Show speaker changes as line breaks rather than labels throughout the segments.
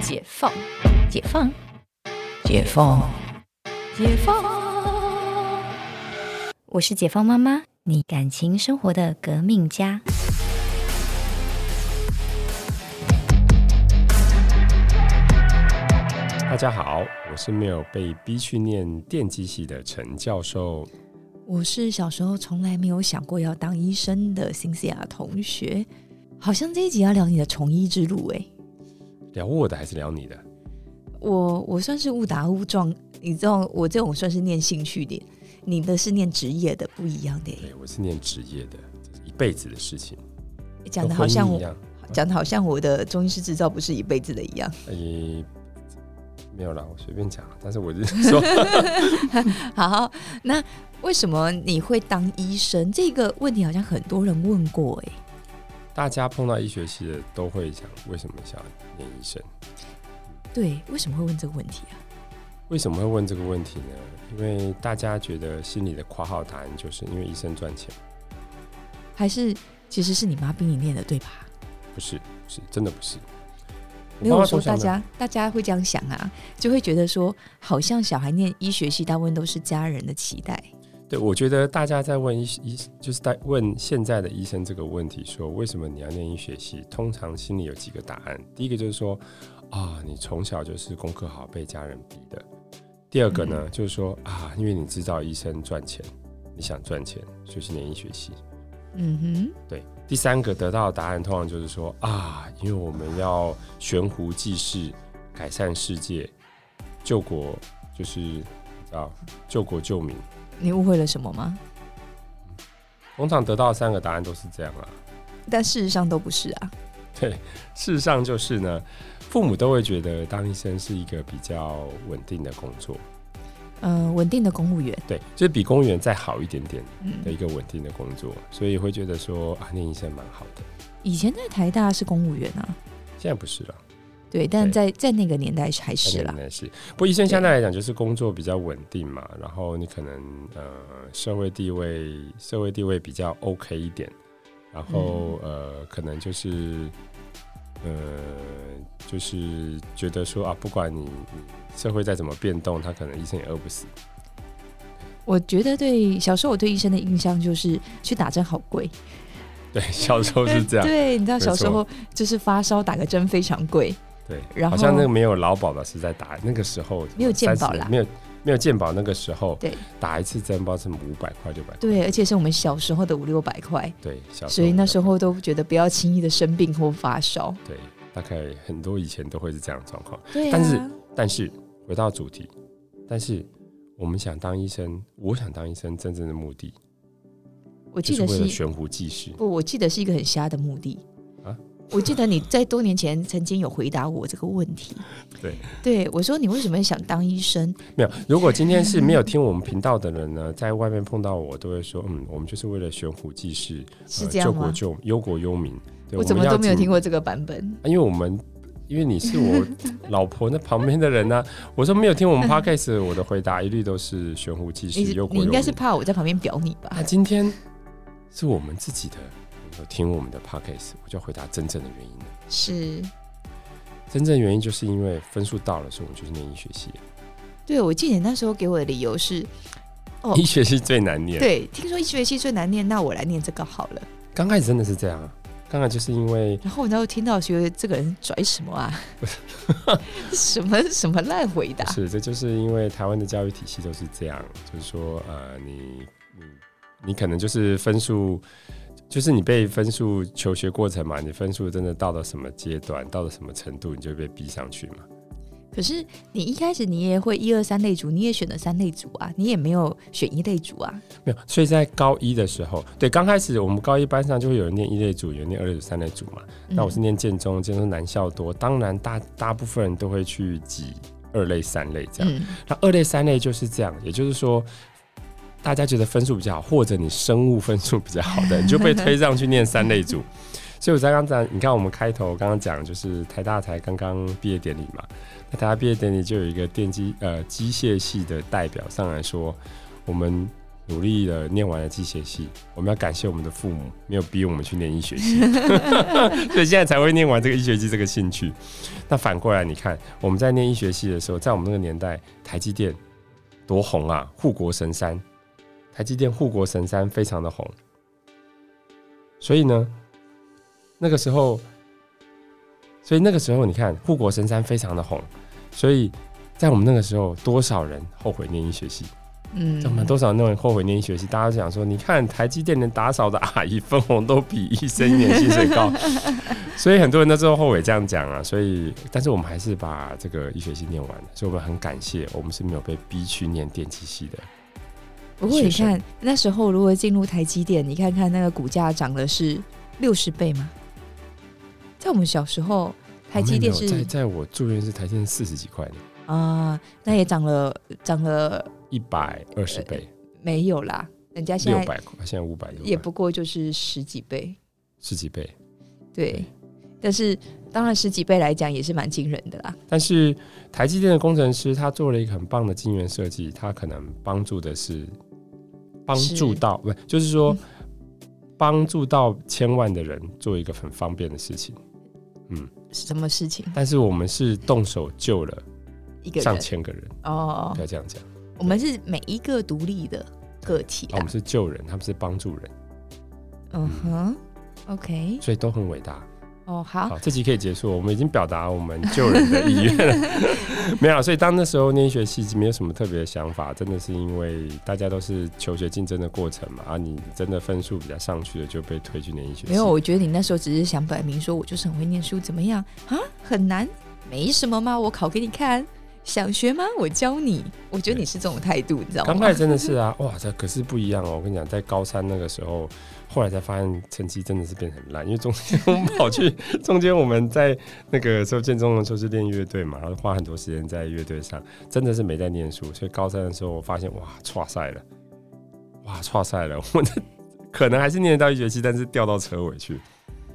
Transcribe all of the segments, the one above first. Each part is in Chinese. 解放，解放，解放，解放。
我是解放妈妈，你感情生活的革命家。
大家好，我是没有被逼去念电机系的陈教授。
我是小时候从来没有想过要当医生的辛西亚同学，好像这一集要聊你的从医之路哎、
聊我的还是聊你的？
嗯我我算是误打误撞，你这种我这种算是念兴趣的，你的是念职业的不一样欸的、
对，哎我是念职业的，这是一辈子的事情，
讲的
跟
好
婚
像
姻
我
一样。
讲的好像我的中医师执照不是一辈子的一样，
诶、哎没有啦，我随便讲。但是我是说，
好，那为什么你会当医生？这个问题好像很多人问过哎、
大家碰到医学系的都会想，为什么想要念医生？
对，为什么会问这个问题啊？
为什么会问这个问题呢？因为大家觉得心里的括号答案就是因为医生赚钱，
还是其实是你妈逼你念的对吧？
不是，不是真的不是。我
没
妈
有
妈
说
从
大
小呢
家大家会这样想啊，就会觉得说，好像小孩念医学系，大部分都是家人的期待。
对，我觉得大家在问医医，就是在问现在的医生这个问题说为什么你要念医学系？通常心里有几个答案。第一个就是说，啊，你从小就是功课好，被家人逼的。第二个呢，就是说啊，因为你知道医生赚钱，你想赚钱，所以去念医学系。
嗯
对，第三个得到的答案通常就是说啊，因为我们要悬壶济世，改善世界，救国就是啊，救国救民。
哼，你误会了什么吗？
通常得到的三个答案都是这样啊。
但事实上都不是啊。
事实上就是呢，父母都会觉得当医生是一个比较稳定的工作，
嗯、稳定的公务员，
对，就是比公务员再好一点点的
嗯，
一个稳定的工作，所以会觉得说啊，念医生蛮好的。
以前在台大是公务员啊，
现在不是了，
对，但
对
在在那个年代还是啦
现，在是。不过医生相对来讲就是工作比较稳定嘛，然后你可能呃社会地位社会地位比较 OK 一点，然后、
嗯
呃可能就是呃就是觉得说啊，不管你你社会再怎么变动，他可能医生也饿不死。
我觉得对小时候我对医生的印象就是去打针好贵，
对，小时候是这样。
对，你知道
没
小时候就是发烧打个针非常贵，
对，
然后
好像那个没有劳保的是在打，那个时候
没有健保
30
啦
没有没有健保，那个时候
对
打一次针包是五百块六百块。
对，而且是我们小时候的五六百块，
对，小
所以那时
候
候都觉得不要轻易的生病或发烧。
对，大概很多以前都会是这样的状况。
对、
但是但是回到主题，但是我们想当医生，我想当医生真正的目的
我
就
记
是
得
为了
是
悬壶济世。
不，我记得是一个很瞎的目的
啊。
我记得你在多年前曾经有回答我这个问题
对，呃
对我说你为什么想当医生？
没有，如果今天是没有听我们频道的人呢，在外面碰到我，都会说，嗯，我们就是为了悬壶济世，
是
呃
这样
救国
吗？
救忧国忧民。对
我怎么都没有听，
们
过这个版本。
啊要尽因为我们。因为你是 我老婆那旁边的人呢、我说没有听我们 podcast，我的回答一律都是悬壶济世
你，
忧国
你
忧
应
民。
该是怕我在旁边表你吧
那？今天是我们自己的，你有听我们的 podcast，我就要回答真正的原因了。
是，
真正原因就是因为分数到了，所以我们就是念医学系。
对我记得你那时候给我的理由是，哦
医学系最难念，，
对，听说医学系最难念，那我来念这个好了。
刚开始真的是这样啊。刚开始就是因为
然后我然后听到觉得这个人拽什么啊？什么什么烂回答
不？是，这就是因为台湾的教育体系都是这样，就是说呃，你你你可能就是分数。就是你被分数求学过程嘛，你分数真的到了什么阶段，到了什么程度，你就会被逼上去嘛。
可是你一开始你也会一二三类组，你也选了三类组啊，你也没有选一类组啊。
没有，所以在高一的时候，对，刚开始我们高一班上就会有人念一类组，有人念二类组、三类组嘛。那我是
嗯
念建中，建中男校多，当然大大部分人都会去挤二类、三类这样。
嗯，
那二类、三类就是这样，也就是说，大家觉得分数比较好，或者你生物分数比较好的，你就被推上去念三类组。所以我在刚才，你看我们开头刚刚讲，就是台大才刚刚毕业典礼嘛，那台大毕业典礼就有一个电机呃机械系的代表上来说，我们努力的念完了机械系，我们要感谢我们的父母没有逼我们去念医学系，所以现在才会念完这个医学系这个兴趣。那反过来，你看我们在念医学系的时候，在我们那个年代，台积电多红啊，护国神山，台积电护国神山非常的红。所以呢，那个时候，所以那个时候你看护国神山非常的红，所以在我们那个时候，多少人后悔念医学系？
嗯
我们多少那种后悔念医学系，大家都想说，你看台积电连打扫的阿姨分红都比医生年薪水 高，所以很多人那时候后悔这样讲啊。所以，但是我们还是把这个医学系念完了，所以我们很感谢，我们是没有被逼去念电机系的。
不过你
学生
看那时候如果进入台积电，你看看那个股价涨的是六十倍吗？在我们小时候，台积电
我们有在
是
在我住院是台积电四十几块呢，
啊、那也涨了涨了
一百二十倍，
没有啦？人家呃现
六
在
百块，现在五百多，
也不过就是十几倍，
十几倍。
对
对。
但是当然十几倍来讲也是蛮惊人的啦。
但是台积电的工程师他做了一个很棒的晶圆设计，他可能帮助的是帮助到不是就是说
嗯
帮助到千万的人做一个很方便的事情。
什么事情？
但是我们是动手救了
一个
上
人
千个人，
哦
不，要这样讲，
我们是每一个独立的个体
啊我
啦
们。是救人，他们是帮助人，
嗯哼，OK，
所以都很伟大。
哦，好，
好，这集可以结束了，我们已经表达我们救人的意愿 了。没有啊，所以当那时候念医学系没有什么特别的想法，真的是因为大家都是求学竞争的过程嘛。啊，你真的分数比较上去了，就被推去念医学系。
没有，我觉得你那时候只是想摆明说，我就是很会念书，怎么样啊？很难，没什么嘛，我考给你看。想学吗？我教你。我觉得你是这种态度，你知道
刚
吗
开？始真的是啊， 哇，这可是不一样哦！我跟你讲，在高三那个时候，后来才发现成绩真的是变得很烂，因为中间我们跑去， 中间我们在那个时候建中的时候是练乐队嘛，然后花很多时间在乐队上，真的是没在念书。所以高三的时候，我发现哇，差赛了，哇，差赛了， 我的可能还是念得到一学期，但是掉到车尾去，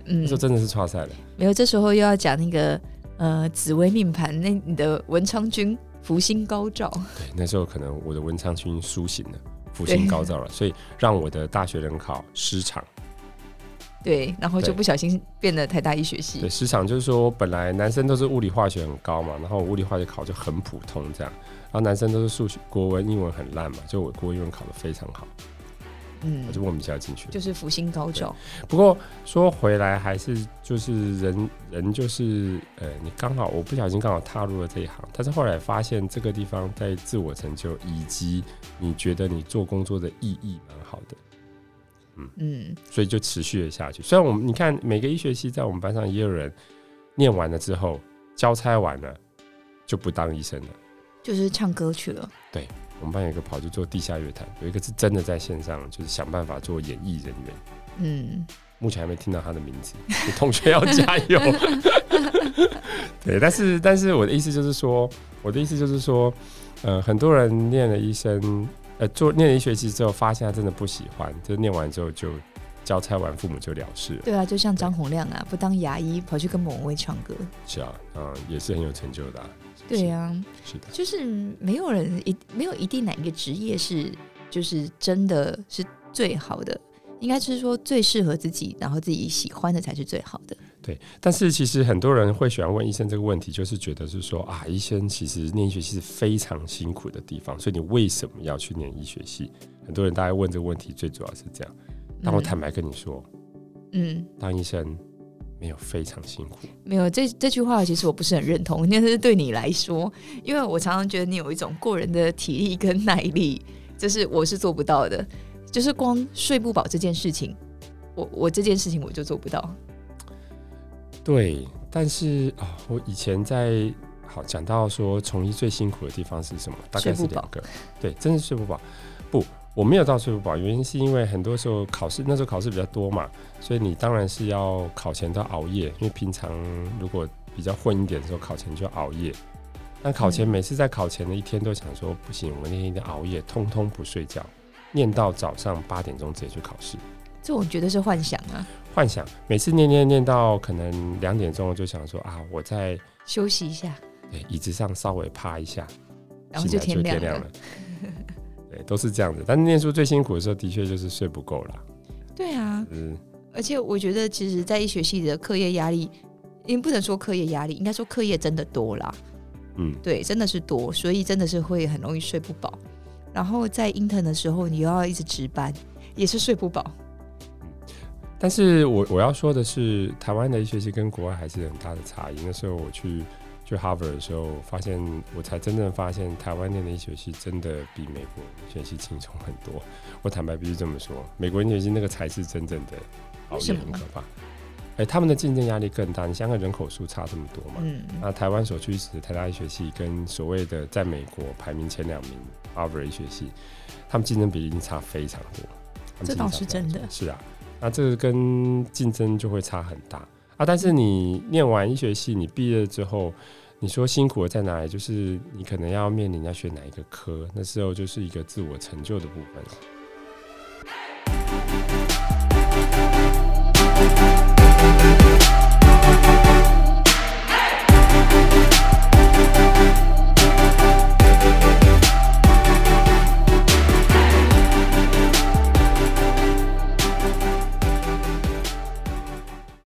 嗯
那时候，真的是差赛了。
没有。这时候又要讲那个呃紫薇命盘，那你的文昌君福星高照，
对，那时候可能我的文昌君苏醒了，福星
对
高照了，所以让我的大学人考失常。
对，然后就
对
不小心变得台大医学系，
对，市场就是说，本来男生都是物理化学很高嘛，然后我物理化学考就很普通这样，然后男生都是数学、国文、英文很烂嘛，就我国文英文考得非常好，
嗯
我，就莫名其妙进去了。
就是福星高照。
不过说回来，还是就是人人就是呃，你刚好我不小心刚好踏入了这一行，但是后来发现这个地方在自我成就，以及你觉得你做工作的意义蛮好的，
嗯，
所以就持续了下去。虽然我们你看每个医学系在我们班上也有人念完了之后交差完了就不当医生了。
就是唱歌去了。
我们班有一个跑去做地下乐坛，有一个是真的在线上，就是想办法做演艺人员。
嗯，
目前还没听到他的名字， 你同学要加油。对，但是但是我的意思就是说，我的意思就是说，呃，很多人念了医生，呃，做念了一学期之后，发现他真的不喜欢，就念完之后就交差完，父母就了事了。
对啊，就像张洪亮啊，不当牙医跑去跟某位唱歌。
是啊，嗯、也是很有成就的、啊。
对啊，
是，是的，
就是没有人一没有一定哪一个职业是就是真的是最好的，应该是说最适合自己，然后自己喜欢的才是最好的。
对。但是其实很多人会喜欢问医生这个问题，就是觉得是说啊，医生其实念医学系是非常辛苦的地方，所以你为什么要去念医学系？很多人大概问这个问题，最主要是这样。但我坦白跟你说，
嗯，
当医生没有非常辛苦，
没有这这句话，其实我不是很认同， 但是对你来说，因为我常常觉得你有一种过人的体力跟耐力，这是我是做不到的，就是光睡不饱这件事情，我我这件事情我就做不到。
对。但是啊、我以前在好讲到说从医最辛苦的地方是什么？大概是
睡不饱
两个，对，真的是睡不饱。不，我没有到睡不饱，原因是因为很多时候考试那时候考试比较多嘛，所以你当然是要考前都要熬夜，因为平常如果比较混一点的时候，考前就要熬夜。但考前
嗯
每次在考前的一天都想说不行，我那天一定要熬夜，通通不睡觉，念到早上八点钟直接去考试。
这我觉得是幻想啊，
幻想，每次念念念到可能两点钟，我就想说啊，我在
休息一下，
对椅子上稍微趴一下，
然后就
醒来
天亮了。
了。对， 对，都是这样子。但是念书最辛苦的时候，的确就是睡不够啦。
对啊，
嗯，
而且我觉得其实，在医学系的课业压力，也不能说课业压力，应该说课业真的多啦。
嗯，
对，真的是多，所以真的是会很容易睡不饱。然后在 intern 的时候，你又要一直值班，也是睡不饱。
但是我我要说的是，台湾的医学系跟国外还是有很大的差异。那时候我去去 Harvard 的时候，发现我才真正发现，台湾念的医学系真的比美国医学系轻松很多。我坦白必须这么说，美国医学系那个才是真正的熬夜
为什么
很可怕。哎、他们的竞争压力更大。你想想人口数差这么多嘛？
嗯，
那台湾所去的台大医学系跟所谓的在美国排名前两名 Harvard 医学系，他们竞争比例已经差非常多。他们
这
竞争
倒
差
是
非常
真
多
的
是啊，那这个跟竞争就会差很大啊。但是你念完医学系，你毕业之后，你说辛苦的在哪里？就是你可能要面临要选哪一个科，那时候就是一个自我成就的部分了。